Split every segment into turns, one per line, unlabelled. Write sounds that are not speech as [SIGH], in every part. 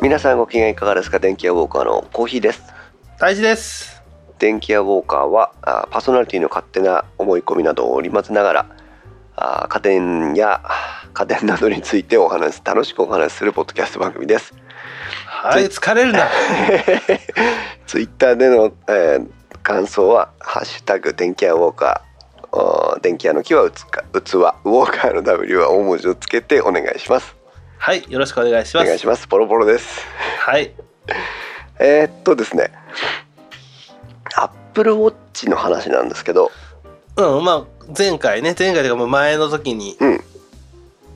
皆さんご機嫌いかがですか電気屋ウォーカーのコーヒーです
大事です
電気屋ウォーカーはあパーソナリティの勝手な思い込みなどを織り交ぜながらあ家電や家電などについてお話し楽しくお話しするポッドキャスト番組です
はい疲れるな
ツイッターでの、えー感想は「ハッシュタグ電気屋ウォーカー」おー電気屋の木はうつか器ウォーカーの W は大文字をつけてお願いします
[LAUGHS] はいよろしくお願いし
お
ます
願いしますボロボロです
はい
えーっとですねアップルウォッチの話なんですけど
うんまあ前回ね前回というかもう前の時に
うん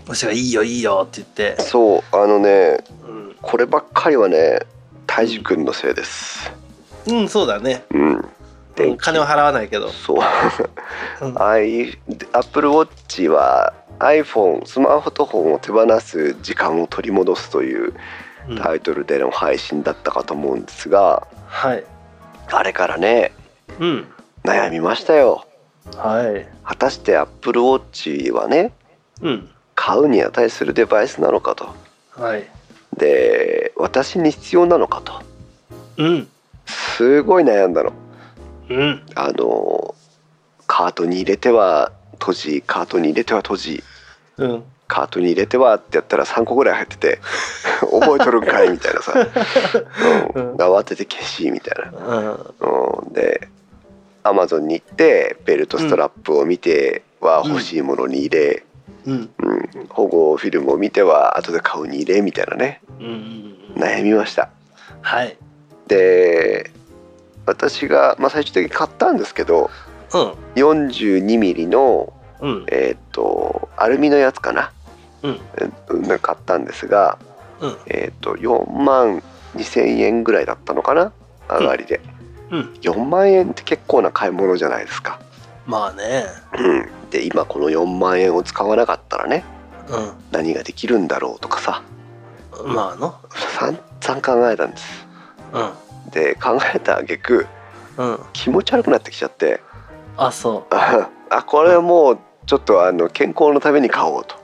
わしが「いいよいいよ」って言って、
そうあのね
うん、
こればっかりはね泰治君のせいです
うん、そうだね
うん
うん金は払わないけど、
そう
うん、
I アップルウォッチは iPhone スマートフォンを手放す時間を取り戻すという
うん
タイトルでの配信だったかと思うんですが
はい
あれからね
うん
悩みましたよ
はい
果たしてアップルウォッチはね
うん
買うに値するデバイスなのかと
はい
で私に必要なのかと
うん
すごい悩んだの
うん
あのカートに入れては閉じカートに入れては閉じ
うん
カートに入れてはってやったら3個ぐらい入って [LAUGHS] て覚えとるんかいみたいなさ、うん
うん
慌てて消しみたいな、
うん
うん、でアマゾンに行ってベルトストラップを見ては欲しいものに入れ、
うん
うん、保護フィルムを見ては後で顔に入れみたいなね
うんうん
悩みました
はい
で私が、まあ、最終的に買ったんですけど
うん
42ミリの
うん
えーっ、とアルミのやつかな、
うん
えっとなんか買ったんですが、
うん
えーっ、と4万2,000円ぐらいだったのかな上がりで、
うん
4万円って結構な買い物じゃないですか、
まあね
うん、で今この4万円を使わなかったらね何ができるんだろうとかさ
うんまあの
散々考えたんですで考えた挙句
うんうん
気持ち悪くなってきちゃって
あそ
ああこれはもうちょっとあの健康のために買おうと
う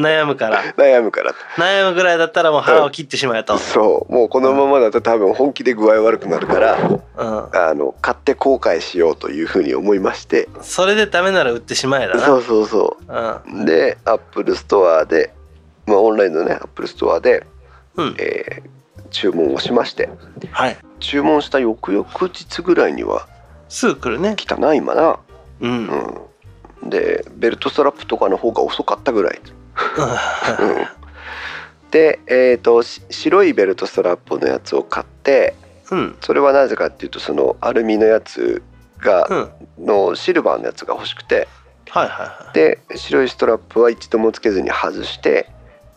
悩むから
悩むから
悩むぐらいだったらもう腹を切ってしまえと
と、そうもうこのままだと多分本気で具合悪くなるから
うん、
あの買って後悔しようというふうに思いまして
それでダメなら売ってしまえだ
そうそうそう
な
でアップルストアで、まあ、オンラインのねアップルストアで、
うん、うん、
えー注文をしまして
はい
注文した翌々日ぐらいには
すぐ来るね
来たな今な
うん、うん、
うんでベルトストラップとかの方が遅かったぐらいうんでえー、とし白いベルトストラップのやつを買って
うん
それはなぜかっていうとそのアルミのやつが
うん
のシルバーのやつが欲しくて
はいはいはい
で白いストラップは一度もつけずに外して、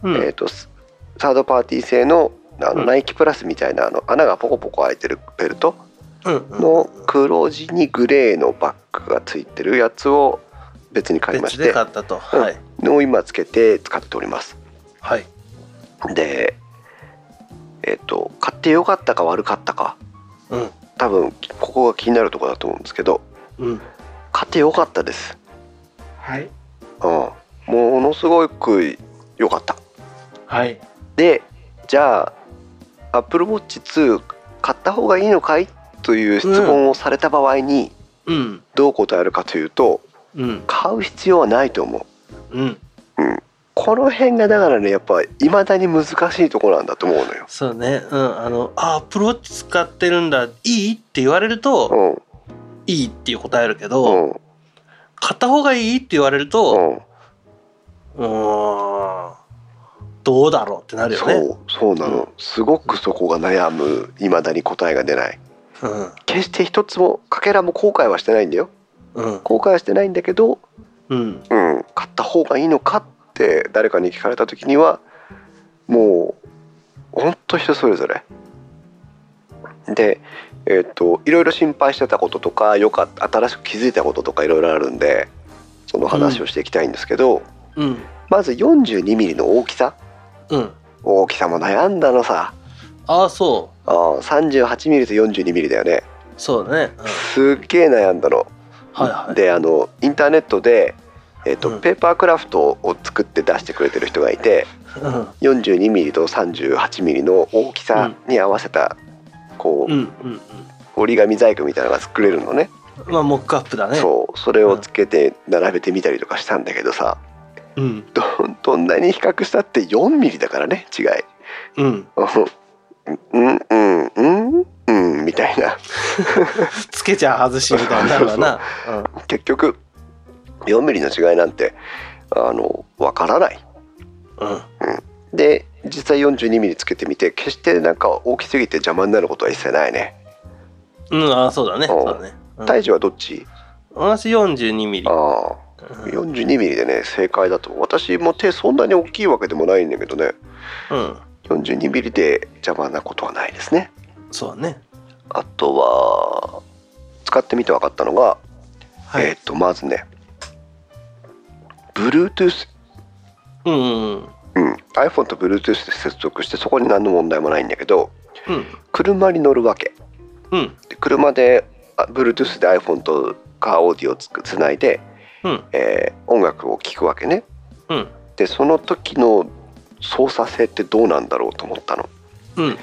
うん、
えー、とスサードパーティー製のあの
うん
ナイキプラスみたいなあの穴がポコポコ開いてるベルト
うんうん
の黒地にグレーのバッグがついてるやつを別に買いまし
別
て
で買ったと、
うん
はい
のを今つけて使っております。
はい
でえっ、と買ってよかったか悪かったか
うん
多分ここが気になるところだと思うんですけど
うん
買ってよかったです。
はい
うん、ものすごく良かった。
はい
でじゃあ Apple Watch 2買った方がいいのかいという質問をされた場合に
うん
どう答えるかというと
うん
買う必要はないと思う
うん
この辺がだからねやっぱいまだに難しいところなんだと思うのよ。
そうねうんあのあアップローチ使ってるんだいいって言われると
う
いいっていう答えるけど、
んうん
買った方がいいって言われると、
うん
うーんどうだろうってなるよね。
そうそうなの、
うん
すごくそこが悩むいまだに答えが出ない
うん
決して一つもかけらも後悔はしてないんだよ
うん
後悔はしてないんだけど、
うん
うん、買った方がいいのかって誰かに聞かれた時にはもうほんと人それぞれでえっ、といろいろ心配してたこととかよかった新しく気づいたこととかいろいろあるんでその話をしていきたいんですけど、
うん
まず 42mm の大きさ
うん
大きさも悩んだのさ
ああそ
ああ 38mm と 42mm だよね
うそうだね、うん、
すっげえ悩んだの。
はいはい
であのインターネットで、えっと
うん
ペーパークラフトを作って出してくれてる人がいて
うん
42ミリと38ミリの大きさに合わせた、こ
う
うん
うん
折り紙細工みたいなのが作れるのね
うんまあモックアップだね
そうそれをつけて並べてみたりとかしたんだけどさ
ううん
どどんなに比較したって4ミリだからね違い
うん
うんうんうんうんみたいな
つけちゃ外しみたいになるわな
結局4ミリの違いなんてあのわからない
うんうん
で実際42ミリつけてみて決してなんか大きすぎて邪魔になることは一切ないね
うん、あーそうだね。
お
そうだね。うん
大樹はどっち、
私42ミリ。
ああ
うん
42ミリでね正解だと私も手そんなに大きいわけでもないんだけどね
うん、
42ミリで邪魔なことはないですね
そうだね。
あとは使ってみて分かったのが、
はい。
えーっとまずね Bluetooth、
うんうんうん
うん、iPhone と Bluetooth で接続してそこに何の問題もないんだけど
うん
車に乗るわけ
うん
で車であ Bluetooth で iPhone とカーオーディをつくつないで、
うん
えー音楽を聴くわけね
うん
でその時の操作性ってどうなんだろうと思ったの
うん
で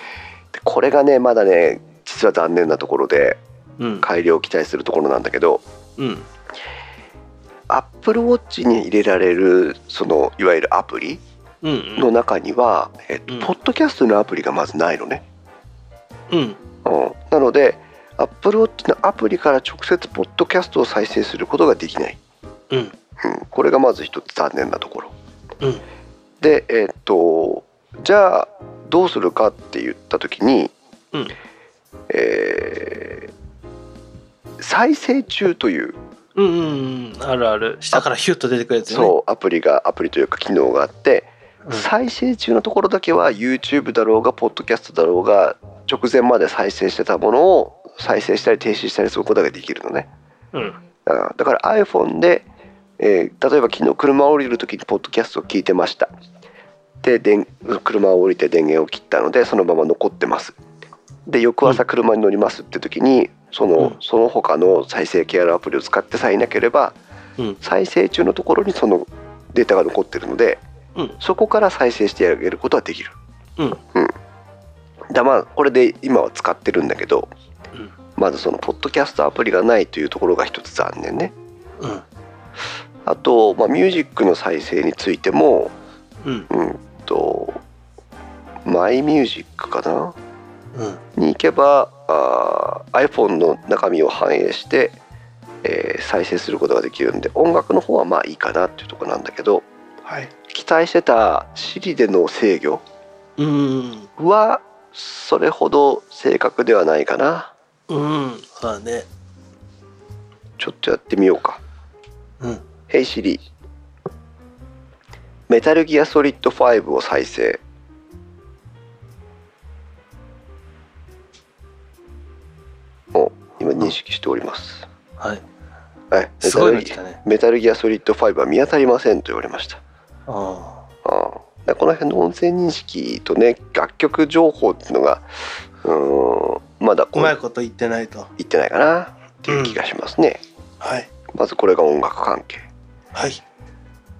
これがねまだね実は残念なところで
うん
改良を期待するところなんだけど
うん。
Apple Watch に入れられるそのいわゆるアプリ
うん
の中には、えっと
うん
ポッドキャストのアプリがまずないのね、
うん
うん、なので Apple Watch のアプリから直接ポッドキャストを再生することができない、
うん
うん、これがまず一つ残念なところ
うん
でえっとじゃあどうするかって言った時に、
うん
えー再生中という
うんうんうんあるある下からヒュッと出てくるやつね。
そうアプリがアプリというか機能があって、
うん
再生中のところだけは YouTube だろうがポッドキャストだろうが直前まで再生してたものを再生したり停止したりすることができるのね
うん
あだから iPhone で、えー例えば昨日車を降りる時にポッドキャストを聞いてましたで電車を降りて電源を切ったのでそのまま残ってますで翌朝車に乗りますって時にその,、
うん
その他の再生ケアのアプリを使ってさえいなければ
うん
再生中のところにそのデータが残ってるので
うん
そこから再生してあげることはできる
うん
だまあこれで今は使ってるんだけど
うん
まずそのポッドキャストアプリがないというところが一つ残念ね
うん
あと、まあ、ミュージックの再生についても
うん
うんとマイミュージックかな
うん
に行けばあー iPhone の中身を反映して、えー再生することができるんで音楽の方はまあいいかなっていうところなんだけど
はい。
期待してた Siri での制御
うん
はそれほど正確ではないかな
うんそうだね。
ちょっとやってみようか
うん
Hey Siri メタルギアソリッド5を再生お今認識しております、
はい。
はい、メ
す
タ
ごい
ル
の
ギ
来たね。
メタルギアソリッド5は見当たりませんと言われました
あ
ああでこの辺の音声認識とね楽曲情報っていうのがうーんまだ
ー
こ
う
う
ま
い
いこと言ってないと。
ってないかなっていう気がしますね、
はい
まずこれが音楽関係
はい。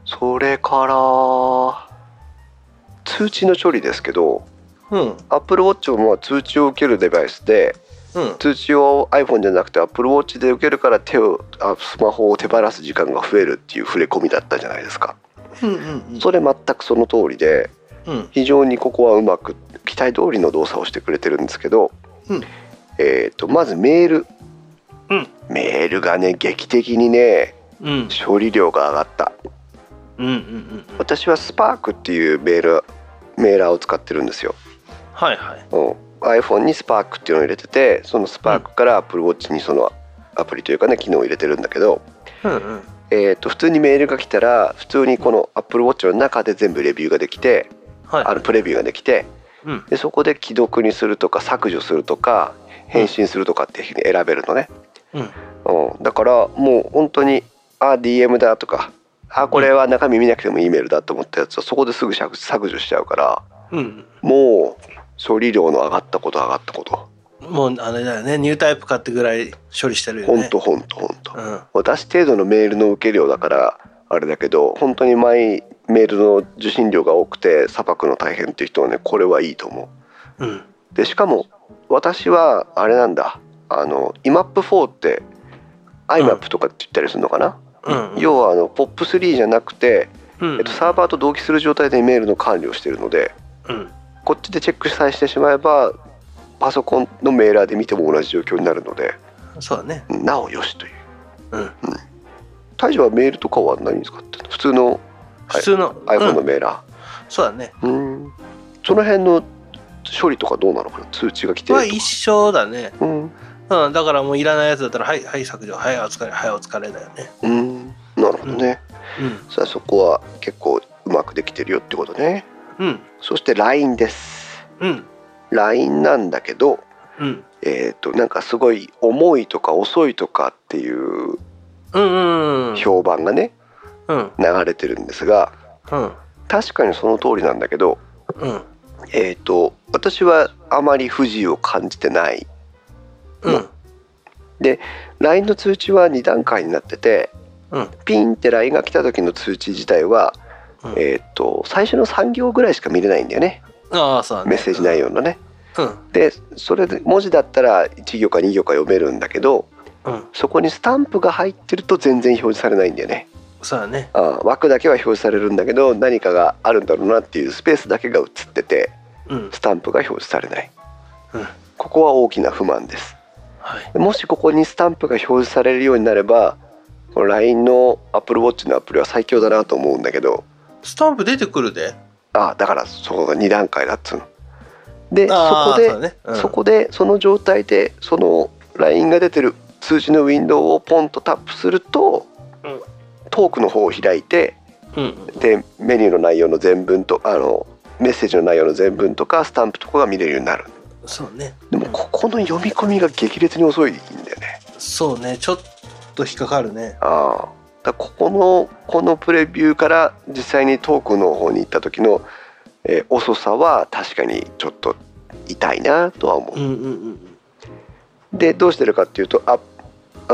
それから通知の処理ですけど
うん
Apple Watch もまあ通知を受けるデバイスで
うん
通知を iPhone じゃなくて Apple Watch で受けるから手をあスマホを手放す時間が増えるっていう触れ込みだったじゃないですか
うんうん
それ全くその通りで
うん
非常にここはうまく期待通りの動作をしてくれてるんですけど、
うん
えー、とまずメール、
うん
メールがね劇的にね
うん
処理量が上がった
うんうんうん
私はスパークっていうメールメーラーを使ってるんですよ、
はいはい。
うん iPhone にスパークっていうのを入れててそのスパークから Apple Watch にそのアプリというかね機能を入れてるんだけど、
うんうん
えー、と普通にメールが来たら普通にこの Apple Watch の中で全部レビューができて
はい。
あのプレビューができて
うん
でそこで既読にするとか削除するとか返信するとかっていうふうに選べるのね、
うん
うん、だからもう本当にあ DM だとかあこれは中身見なくてもいいメールだと思ったやつはそこですぐ削削除しちゃうから
うん。
もう処理量の上がったこと上がったこと
もうあれだよねニュータイプ買ってぐらい処理してるよ
ほん
ね。
とほんとほんと
うん
私程度のメールの受け量だからあれだけど本当にマイメールの受信量が多くてさばくの大変っていう人はねこれはいいと思
うん。
うでしかも私はあれなんだあの IMAP4 って IMAP とかって言ったりするのかな、
うん。
要はあの POP3 じゃなくて、
うん。
えっと、サーバーと同期する状態でメールの管理をしているので
うん。
こっちでチェックさえしてしまえばパソコンのメーラーで見ても同じ状況になるので
そうだね。
なおよしという
うん。
大丈はメールとかは何に使ってるの普通の
普通の、
iPhone
う
の
ん、
メーラ
そうだね。
ー、うんその辺の処理とかどうなのかな通知が来てる
ま
と
あ
か、
一緒だね。
うん
うん。だからもういらないやつだったら、はい、はい、削除。はい、お疲れ。はい、お疲れだよね。
うんなるほどね、さあそこは結構うまくできてるよってことね
うん。うん。
そして LINE です
うん。
LINE なんだけど
うん。
えー、となんかすごい重いとか遅いとかっていう
うん。うん。うん。
評判がね
うん。
流れてるんですが
うん。
確かにその通りなんだけど、
うん。
えー、と私はあまり不自由を感じてない
うん
LINE の通知は2段階になってて、
うん
ピンって LINE が来た時の通知自体は、
うん
えー、と最初の3行ぐらいしか見れないんだよね
ああ、そうだね。
メッセージ内容のね。
うん。
でそれで文字だったら1行か2行か読めるんだけど
うん。
そこにスタンプが入ってると全然表示されないんだよね。
そうだね。
あー枠だけは表示されるんだけど何かがあるんだろうなっていうスペースだけが映ってて
うん。
スタンプが表示されない、
うん
ここは大きな不満です
はい。
もしここにスタンプが表示されるようになればこの LINE の AppleWatch のアプリは最強だなと思うんだけど
スタンプ出てくるで。
ああだからそこが2段階だっつうのでそ
あ
こ
あ、
で
そうだね。うん
そこでその状態でその LINE が出てる数字のウィンドウをポンとタップすると、
うん
トークの方を開いて
うん。
でメニューの内容の全文とあのメッセージの内容の全文とかスタンプとかが見れるようになる
そうね。
でもここの読み込みが激烈に遅いんだよね
そうね。ちょっと引っかかるね。
ああだからここのこのプレビューから実際にトークの方に行った時の、えー遅さは確かにちょっと痛いなとは思う
うんうんうん。
でどうしてるかっていうとア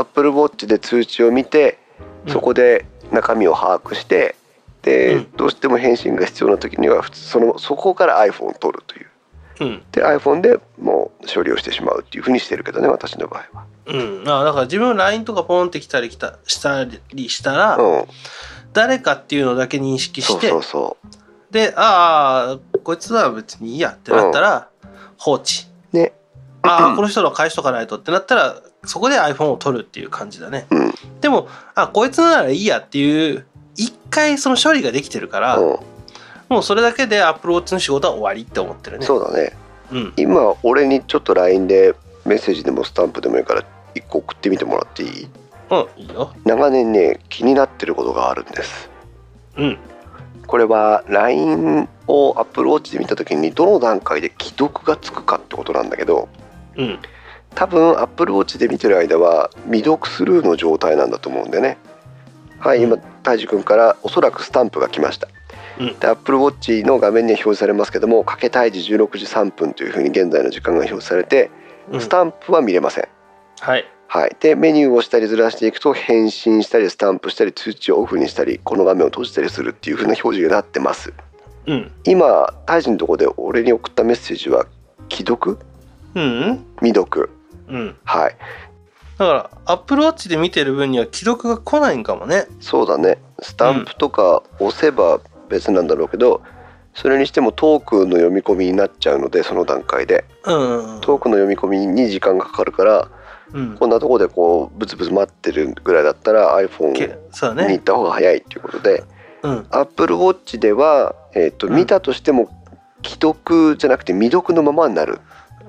ップルウォッチで通知を見て
うん
そこで中身を把握して、で、
うん
どうしても返信が必要な時には普通そのそこから iPhone を取るという
うん。
で iPhone でもう処理をしてしまうっていうふうにしてるけどね私の場合は。
うん、あだから自分 LINE とかポンって来たり来たしたりしたら、
うん、
誰かっていうのだけ認識
そ
し
う
て
そうそ
でああこいつは別にいいやってなったら、放置
う。ね。 [CLEARS THROAT]
ああこの人の返しとかないとってなったらそこで iPhone を取るっていう感じだね
うんうん
でもあこいつならいいやっていう一回その処理ができてるから、もうそれだけで AppleWatch の仕事は終わりって思ってるね
そうだね
うん、
今俺にちょっと LINE でメッセージでもスタンプでもいいから一個送ってみてもらっていい
うん、いいよ
長年ね気になってることがあるんです。
うん
これは LINE を Apple Watch で見た時にどの段階で既読がつくかってことなんだけど
うん
多分 Apple Watch で見てる間は未読スルーの状態なんだと思うんだよねはい今たいじくんからおそらくスタンプが来ました、
うん
で Apple Watch の画面には表示されますけどもかけたい時16時3分というふうに現在の時間が表示されて
うん
スタンプは見れません、
はい
はい、でメニューをしたりずらしていくと返信したりスタンプしたり通知をオフにしたりこの画面を閉じたりするっていうふうな表示になってます
うん
今大臣のとこで俺に送ったメッセージは既読
うん
未読
うん
はい
だからアップルウォッチで見てる分には既読が来ないんかもね
そうだねスタンプとか押せば別なんだろうけど、それにしてもトークの読み込みになっちゃうのでその段階で
うんうん
トークの読み込みに時間がかかるから
うん
こんなとこでこうブツブツ待ってるぐらいだったら iPhone に
けそうだ
行
ね
った方が早いっていうことで
うん
Apple Watch では、えーと
うん
見たとしても既読じゃなくて未読のままになる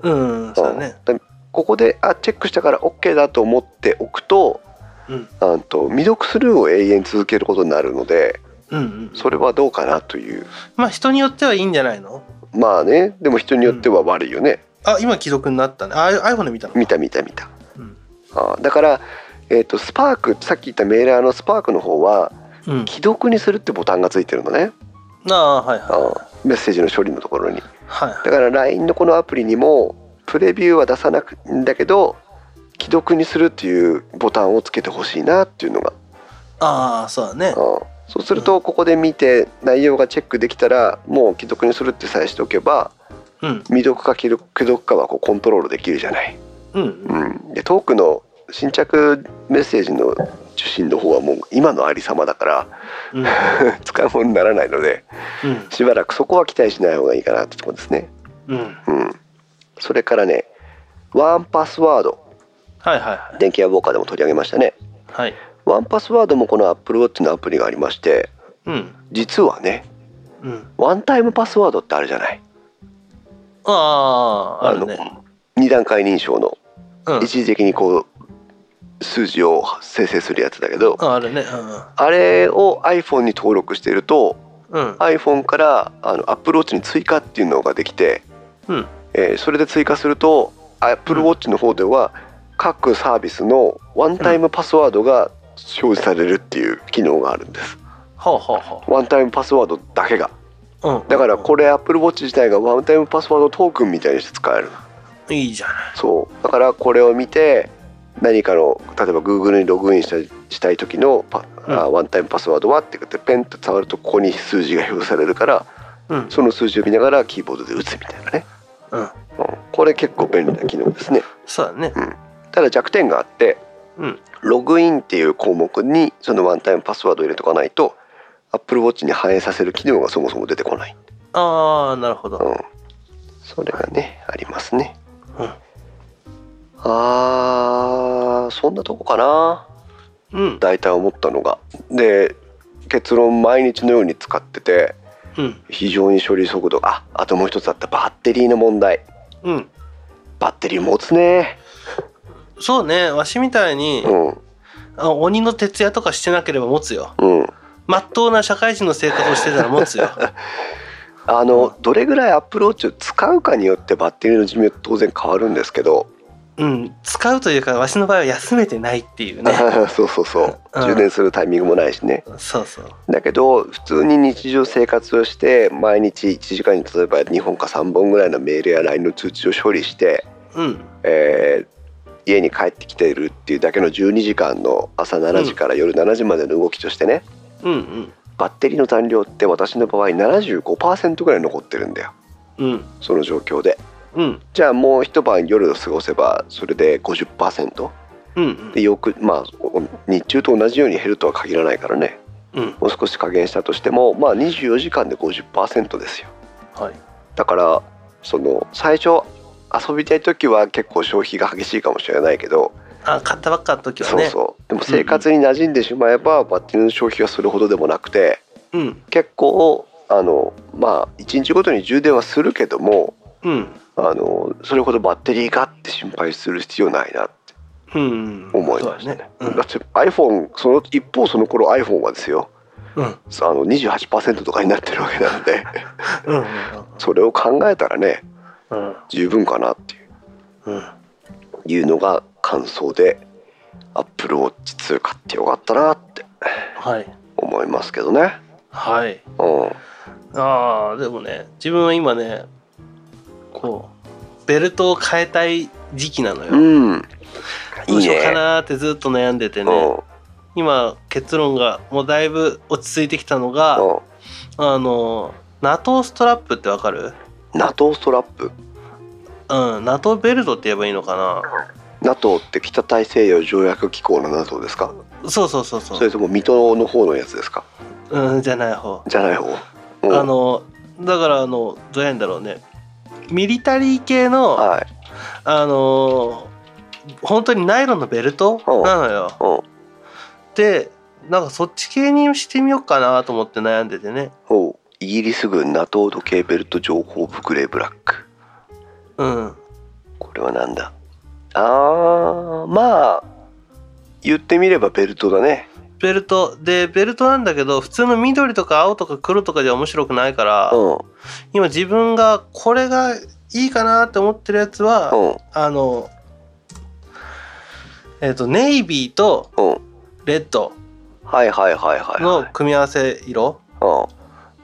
うんそうだね
うんでここであチェックしたから OK だと思っておくと
うん
あんと未読スルーを永遠続けることになるので
うんうん
それはどうかなという
まあ人によってはいいんじゃないの
まあねでも人によっては悪いよね、
あ今既読になったねあ iPhone で見たの
見た見た見た
うん
あだから、えー、とスパークさっき言ったメーラーのスパークの方は
うん
既読にするってボタンがついてるのね
ああはいはい
あメッセージの処理のところに
はいは
だから LINE のこのアプリにもプレビューは出さなくんだけど既読にするっていうボタンをつけてほしいなっていうのが
いああそうだね
うんそうするとここで見て内容がチェックできたらもう既読にするってさえしておけば
うん
未読か既読既読かはこうコントロールできるじゃない。
うん
うん、でトークの新着メッセージの受信の方はもう今のありさまだから [LAUGHS]
うん
使い物にならないので
うん
しばらくそこは期待しない方がいいかなってとこですね。
うん
うん、それからねワンパスワード
はいはいはい
電気屋ウォーカーでも取り上げましたね
はい
ワンパスワードもこの AppleWatch のアプリがありまして
うん
実はね
うん
ワンタイムパスワードってあるじゃない
あああるね
2段階認証の
うん
一時的にこう数字を生成するやつだけど
ああるね
あれを iPhone に登録していると
うんうん
iPhone からあの AppleWatch に追加っていうのができて、
うん
えーそれで追加すると AppleWatch の方では各サービスのワンタイムパスワードが表示されるっていう機能があるんです
はあはあは
ワンタイムパスワードだけが
あうん
だからこれ AppleWatch 自体がワンタイムパスワードトークンみたいにして使える
いいじゃない
そうだからこれを見て何かの例えば Google にログインしたしたい時のパ、あワンタイムパスワードはって言ってペンって触るとここに数字が表示されるから
うん
その数字を見ながらキーボードで打つみたいなね、
う
う
ん
ん、これ結構便利な機能ですね
そうだね
ただ弱点があって
うん
ログインっていう項目にそのワンタイムパスワードを入れとかないと Apple Watch に反映させる機能がそもそも出てこない、
ああなるほ
う
ど
ん、それがねありますね
うん
あーそんなとこかな
うん
大体思ったのがで結論毎日のように使ってて
うん
非常に処理速度がああともう一つあったバッテリーの問題
うん
バッテリー持つね
そうねわしみたいに
うん
あ鬼の徹夜とかしてなければ持つよ
うん、
まっとうな社会人の生活をしてたら持
[LAUGHS]
つよ
あのどれぐらいアップローチを使うかによってバッテリーの寿命当然変わるんですけど、
うん使うというかわしの場合は休めてないっていうね
[LAUGHS] そうそうそう
うん
充電するタイミングもないしね
そうそう
だけど普通に日常生活をして毎日1時間に例えば2本か3本ぐらいのメールや LINE の通知を処理して、
うん
えー家に帰ってきてるっていうだけの12時間の朝7時から夜7時までの動きとしてね、
うんうん
バッテリーの残量って私の場合75%ぐらい残ってるんだよ
うん
その状況で。
うん
じゃあもう一晩夜を過ごせばそれで50%
うんうん
でよくまあ日中と同じように減るとは限らないからね
うん
もう少し加減したとしてもまあ24時間で50%ですよ
はい
だからその最初遊びたい時は結構消費が激しいかもしれないけど、
あ買ったばっかの時は
そう
ね
そうでも生活に馴染んでしまえばバッテリーの消費はそれほどでもなくて
うん
結構あのまあ1日ごとに充電はするけども
うん
あのそれほどバッテリーがって心配する必要ないなって
うん
思い
そう
ま
だ
したね
ね。うん
だって iPhone その一方その頃 iPhone はですよ
うん
あの28%とかになってるわけなの [LAUGHS] で
うん
それを考えたらね
うん
十分かなって
うん
いうのが感想で AppleWatch2 買ってよかったなって
はい
思いますけどね。
はい
うん
ああでもね自分は今ねこうベルトを変えたい時期なのよ、
うん、
どうしようかなーってずっと悩んでてね
うん
今結論がもうだいぶ落ち着いてきたのが、
うん
あのナトーストラップってわかる
ナトーストラップ
うんナトーベルトって言えばいいのか
NATO って北大西洋条約機構の NATO ですか
なそうそうそうそ
そうれとも水戸の方のやつですか
うんじゃない方、
じゃない方、うん、
あのだからあのどうやんだろうねミリタリー系の、
はい
あのー本当にナイロンのベルト
うん
なのよ。
うん
でなんかそっち系にしてみようかなと思って悩んでてね。
おうイギリス軍 NATO 時計ベルト情報部グレーブラック
うん
これはなんだあーまあ言ってみればベルトだね
ベルトでベルトなんだけど普通の緑とか青とか黒とかじゃ面白くないから、
うん
今自分がこれがいいかなって思ってるやつは、
うん
あのえっ、とネイビーと
うん
レッド
はいはいはいはい
の
はい
組み合わせ色
う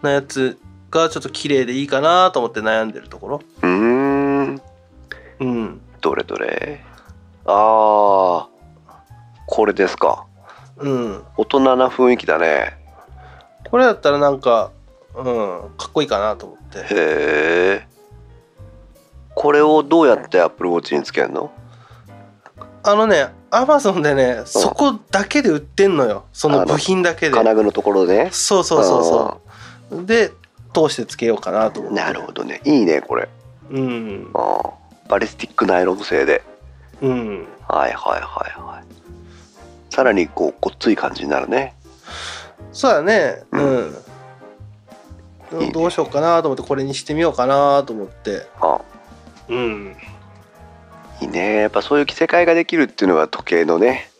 のやつがちょっと綺麗でいいかなと思って悩んでるところ。
んうーん
うん
どれどれあーこれですか
うん
大人な雰囲気だね
これだったらなんか、うん、かっこいいかなと思って。
へえこれをどうやってアップルウォッチにつけるの
あのね、アマゾンでね、そこだけで売ってんのよ。その部品だけで。
金具のところでね
そうそうそうそう。で、通してつけようかなと思って。
なるほどねいいねこれ
うん。
ああバリスティックナイロン製で
うん。
はいはいはいはいさらにこうごっつい感じになるね
そうだね。
う
うん。
いいね
どうしようかなと思って、これにしてみようかなと思って。
あ
うん。
いいねやっぱそういう着せ替えができるっていうのが時計のね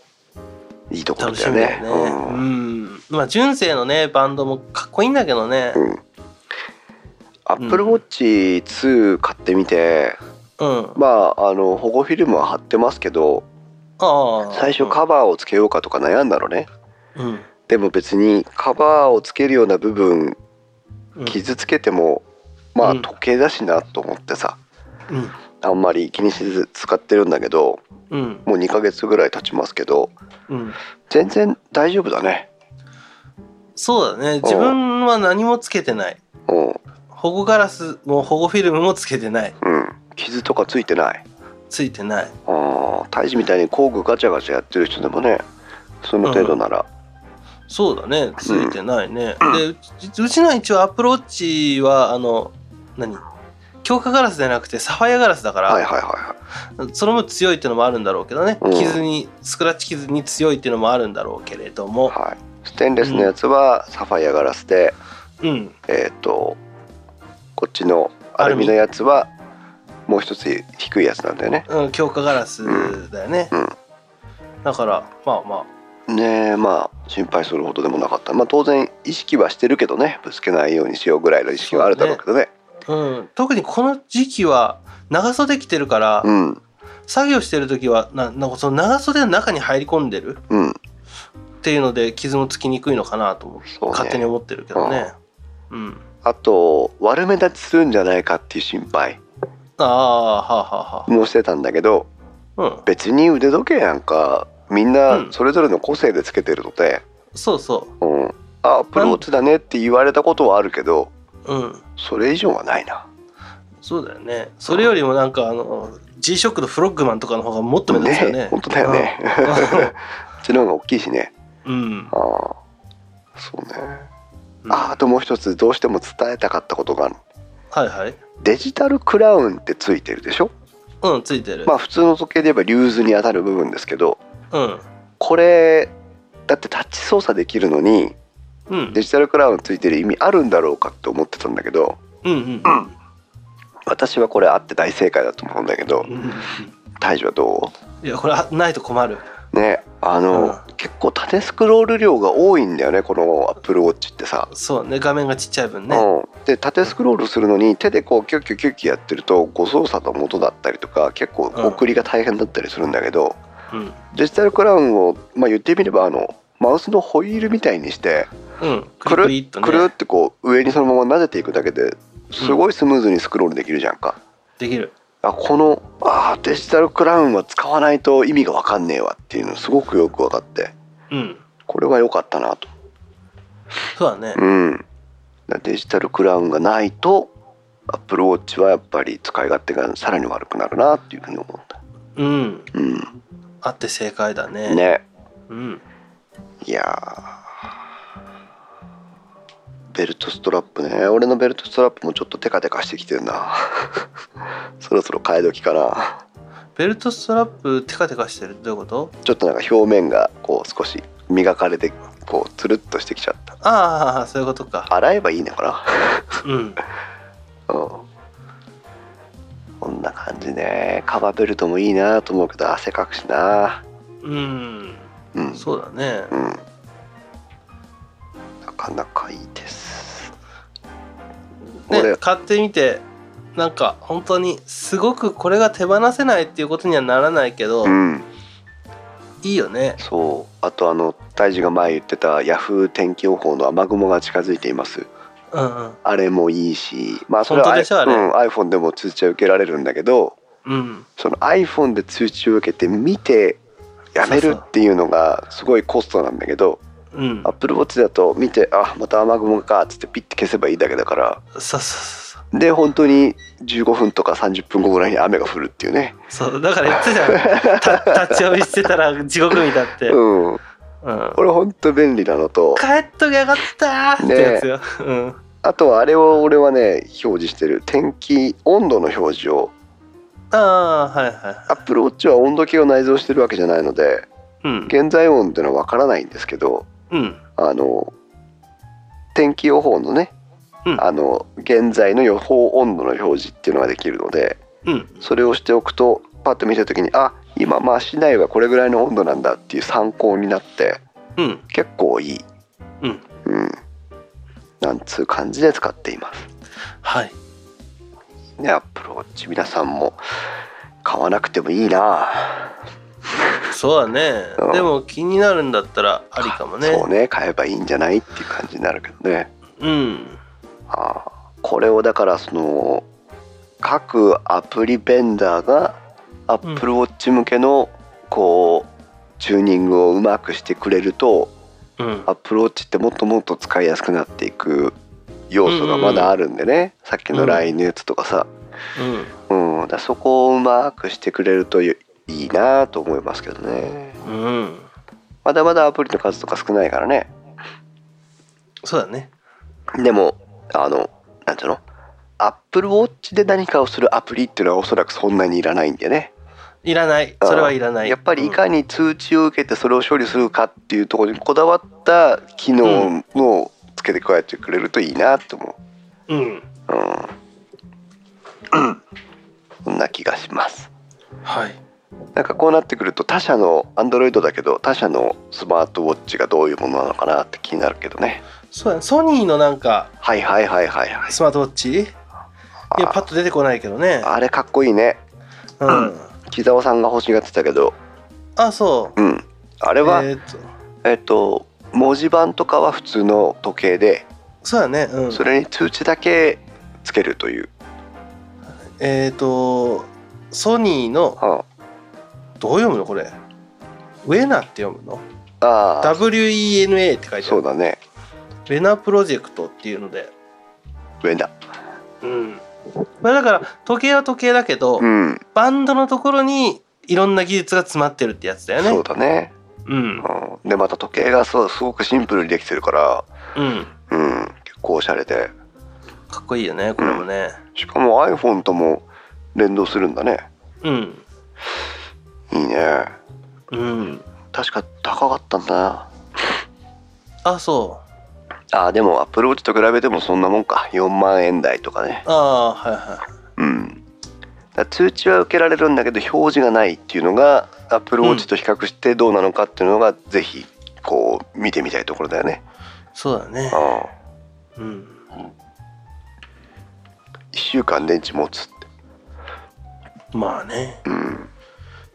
いいところ
楽
だ
し
よ
みだよ
ね
ね。うん。まあ、純正のね、バンドもかっこいいんだけどね。
うん、うん、アップルウォッチ2買ってみて、
うん。
まああの保護フィルムは貼ってますけど
ああ。
最初カバーをつけようかとか悩んだのね、
うん。
でも別にカバーをつけるような部分
うん。
傷つけても、まあ
うん
時計だしなと思ってさ
うん。
あんまり気にせず使ってるんだけど
うん。
もう2ヶ月ぐらい経ちますけど
うん。
全然大丈夫だね
そうだね。自分は何もつけてない。
うん
保護ガラスも保護フィルムもつけてない。
うん傷とかついてない
ついてない。
あー胎児みたいに工具ガチャガチャやってる人でもねその程度なら、
そうだね。ついてないね。で、うちうちの一応アップローチは、あの、何強化ガラスじゃなくてサファイアガラスだから、
はいはいはいはい
その分強いってのもあるんだろうけどね、
うん
傷にスクラッチ傷に強いってのもあるんだろうけれども、
はいステンレスのやつはサファイアガラスで、
うん
えっ、とこっちのアルミのやつはもう一つ低いやつなんだよね
うん、強化ガラスだよね、
うんうん
だからまあまあ
ねえまあ心配するほどでもなかったまあ当然意識はしてるけどねぶつけないようにしようぐらいの意識はあるだろうけどね
うん、特にこの時期は長袖着てるから、
うん
作業してる時はななんかその長袖の中に入り込んでる
うん
っていうので傷もつきにくいのかなと思って、
そうね
勝手に思ってるけどね。うん、
あと悪目立ちするんじゃないかっていう心配
ああはあは
もしてたんだけど
あはあ、うん、
別に腕時計なんかみんなそれぞれの個性でつけてるので、
そうそ
うんあアップルウォッチだねって言われたことはあるけど
う、うん、
それ以上はないな
そうだよね。それよりもなんかあの G ショックのフロッグマンとかの方がもっと目立つよね。
本当だよねうちの方が大きいしね
うん。
ああそうねあーあともう一つどうしても伝えたかったことがある
はいはい。
デジタルクラウンってついてるでしょ
うんついてる。
まあ普通の時計で言えばリューズに当たる部分ですけど
うん
これだってタッチ操作できるのに
うん
デジタルクラウンついてる意味あるんだろうかって思ってたんだけど
うんうん
私はこれあって大正解だと思うんだけど
うん。
大樹はど
いやこれあないと困る。
うねあの、結構縦スクロール量が多いんだよねこのアップルウォッチってさ。
そうね画面がちっちゃい分ね。
うん、で縦スクロールするのに手でこうキュッキュッキュッキュッやってると誤操作の元だったりとか結構送りが大変だったりするんだけど、
うん
デジタルクラウンを、まあ、言ってみればあのマウスのホイールみたいにして
うんくるくりっと
くる
ね
ってこう上にそのまま撫でていくだけですごいスムーズにスクロールできるじゃんか。
できる。
あこのあーデジタルクラウンは使わないと意味が分かんねえわっていうのすごくよく分かって
うん
これは良かったなと。
そうだね。
うん、だデジタルクラウンがないとアップルウォッチはやっぱり使い勝手がさらに悪くなるなっていうふうに思った。
うん
うん、
あって正解だね。
ね
うん
いやーベルトストラップね俺のベルトストラップもちょっとテカテカしてきてるな [LAUGHS] そろそろ替え時かな
ベルトストラップテカテカしてるどういうこと？
ちょっとなんか表面がこう少し磨かれてこうつるっとしてきちゃった
ああそういうことか。
洗えばいいのか
うん
なうんこんな感じねカバーベルトもいいなと思うけど汗かくしな
うん
うん
そうだね。
うんなかなかいいです
ね
俺
買ってみてなんか本当にすごくこれが手放せないっていうことにはならないけど、
うん
いいよね
そうあとあの大治が前言ってたヤフー天気予報の雨雲が近づいています
うんうん
あれもいいしまあそれは
本当でしょあれ
うん、iPhone でも通知は受けられるんだけど
うん
その iPhone で通知を受けて見てやめるっていうのがすごいコストなんだけど
うん
アップルウォッチだと見てあまた雨雲かっつってピッて消せばいいだけだから
そうそうそう
で本当に15分とか30分後ぐらいに雨が降るっていうね
そうそうだから言ってたよ立ち寄りしてたら地獄に立って、う
う
ん
んこれ本当便利なのと
帰っときゃよかったーってやつよ、うん
あとはあれを俺はね表示してる天気温度の表示を
ああはいはいはい
アップルウォッチは温度計を内蔵してるわけじゃないので
うん
現在温っていうのはわからないんですけど
うん
あの天気予報のね、
うん
あの現在の予報温度の表示っていうのができるので
うん
それをしておくとパッと見た時にあ今まあ市内はこれぐらいの温度なんだっていう参考になって
うん
結構いい、
うん
うんなんつう感じで使っています
はい
ねアップルウォッチ皆さんも買わなくてもいいな、
そうだね
うん
でも気になるんだったらありかもね
そうね買えばいいんじゃないっていう感じになるけどね
うん
ああこれをだからその各アプリベンダーが Apple Watch 向けのこうチューニングをうまくしてくれると
うん
Apple Watch ってもっともっと使いやすくなっていく要素がまだあるんでね、さっき
う
の
ん
LINE のやつとかさ、
うん
うんだからそこをうまくしてくれるといいいなと思いますけどね
うん
まだまだアプリの数とか少ないからね
そうだね
でもあのなんていうのアップルウォッチで何かをするアプリっていうのはおそらくそんなにいらないんでね
いらないそれはいらない
やっぱりいかに通知を受けてそれを処理するかっていうところにこだわった機能をつけて加えてくれるといいなと思
うん、うん
う、うんうん、そんな気がします
はい
なんかこうなってくると他社のアンドロイドだけど他社のスマートウォッチがどういうものなのかなって気になるけどね
そうだねソニーのなんか
はいはいはいはいはい
スマートウォッチいやパッと出てこないけどね
ああれかっこいいね
うん
木澤さんが欲しがってたけど
あそう
うん、あれ
え
は、えっ、
ーっと
と文字盤とかは普通の時計で、
そうだねうん
それに通知だけつけるという、
えーっとソニーの
は
どう読むのこれウェナって読むの
あ、ああ
WENA って書いてあ
そう
る
だね
ウェナプロジェクトっていうので
上だ
うんまあだから時計は時計だけど、
うん、
バンドのところにいろんな技術が詰まってるってやつだよね
そうだね、
うん
うん、でまた時計がそうすごくシンプルにできてるから、
うん
うん、結構おしゃれで
かっこいいよねこれもね
しかも iPhone とも連動するんだね
うん
いいね
うん
確か高かったんだな
あそ
あーでもアプローチと比べてもそんなもんか4万円台とかね
うああーはいはい
うん、だから通知は受けられるんだけど表示がないっていうのが Apple Watch と比較してどうなのかっていうのが、ぜひこう見てみたいところだよね、
そうだね
う
うん
1週間電池持つって
まあね
うん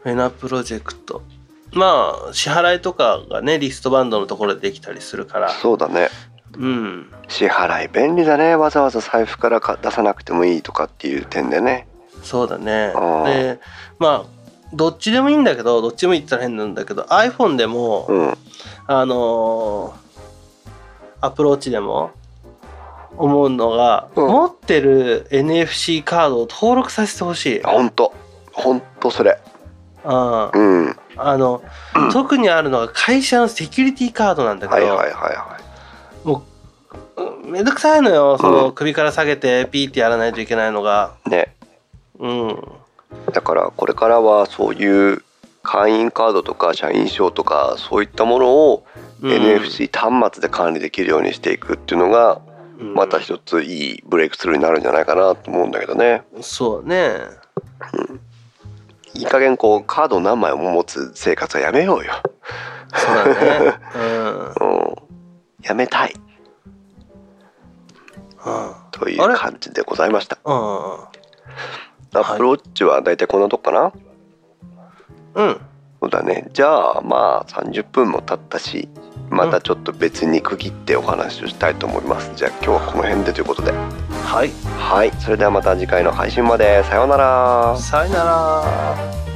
フェナプロジェクトまあ支払いとかがねリストバンドのところでできたりするから
そうだね
うん
支払い便利だねわざわざ財布からか出さなくてもいいとかっていう点でね
そうだね
うん
でまあどっちでもいいんだけどどっちでもいいって言ったら変なんだけど iPhone でも、
うん
あのーアプローチでも思うのが、
うん
持ってる NFC カードを登録させてほしい、うん、
ほんとほんとそれ
あ
うんはい
の、
うん
特にあるのが会社のセキュリティカードなんだけ
はい
ど、
はいはい
もううんめんどくさいのよそうの
ん
首から下げてピーってやらないといけないのが
ね
うん
だからこれからはそういう会員カードとか社員証とかそういったものを
うん
NFC 端末で管理できるようにしていくっていうのが
うん
また一ついいブレイクスルーになるんじゃないかなと思うんだけどね
そうね
いい加減こうカードを何枚も持つ生活はやめようよ、
そうだ
[LAUGHS]
ねうん、うん
うん、やめたいとい
あ
う
れ
感じでございました
うん
アップローチはだいたいこんなとこかな、
うん
そうだねじゃあまあ30分も経ったしまたちょっと別に区切ってお話をしたいと思います、じゃあ今日はこの辺でということで
はい
はいそれではまた次回の配信までさようなら
さよなら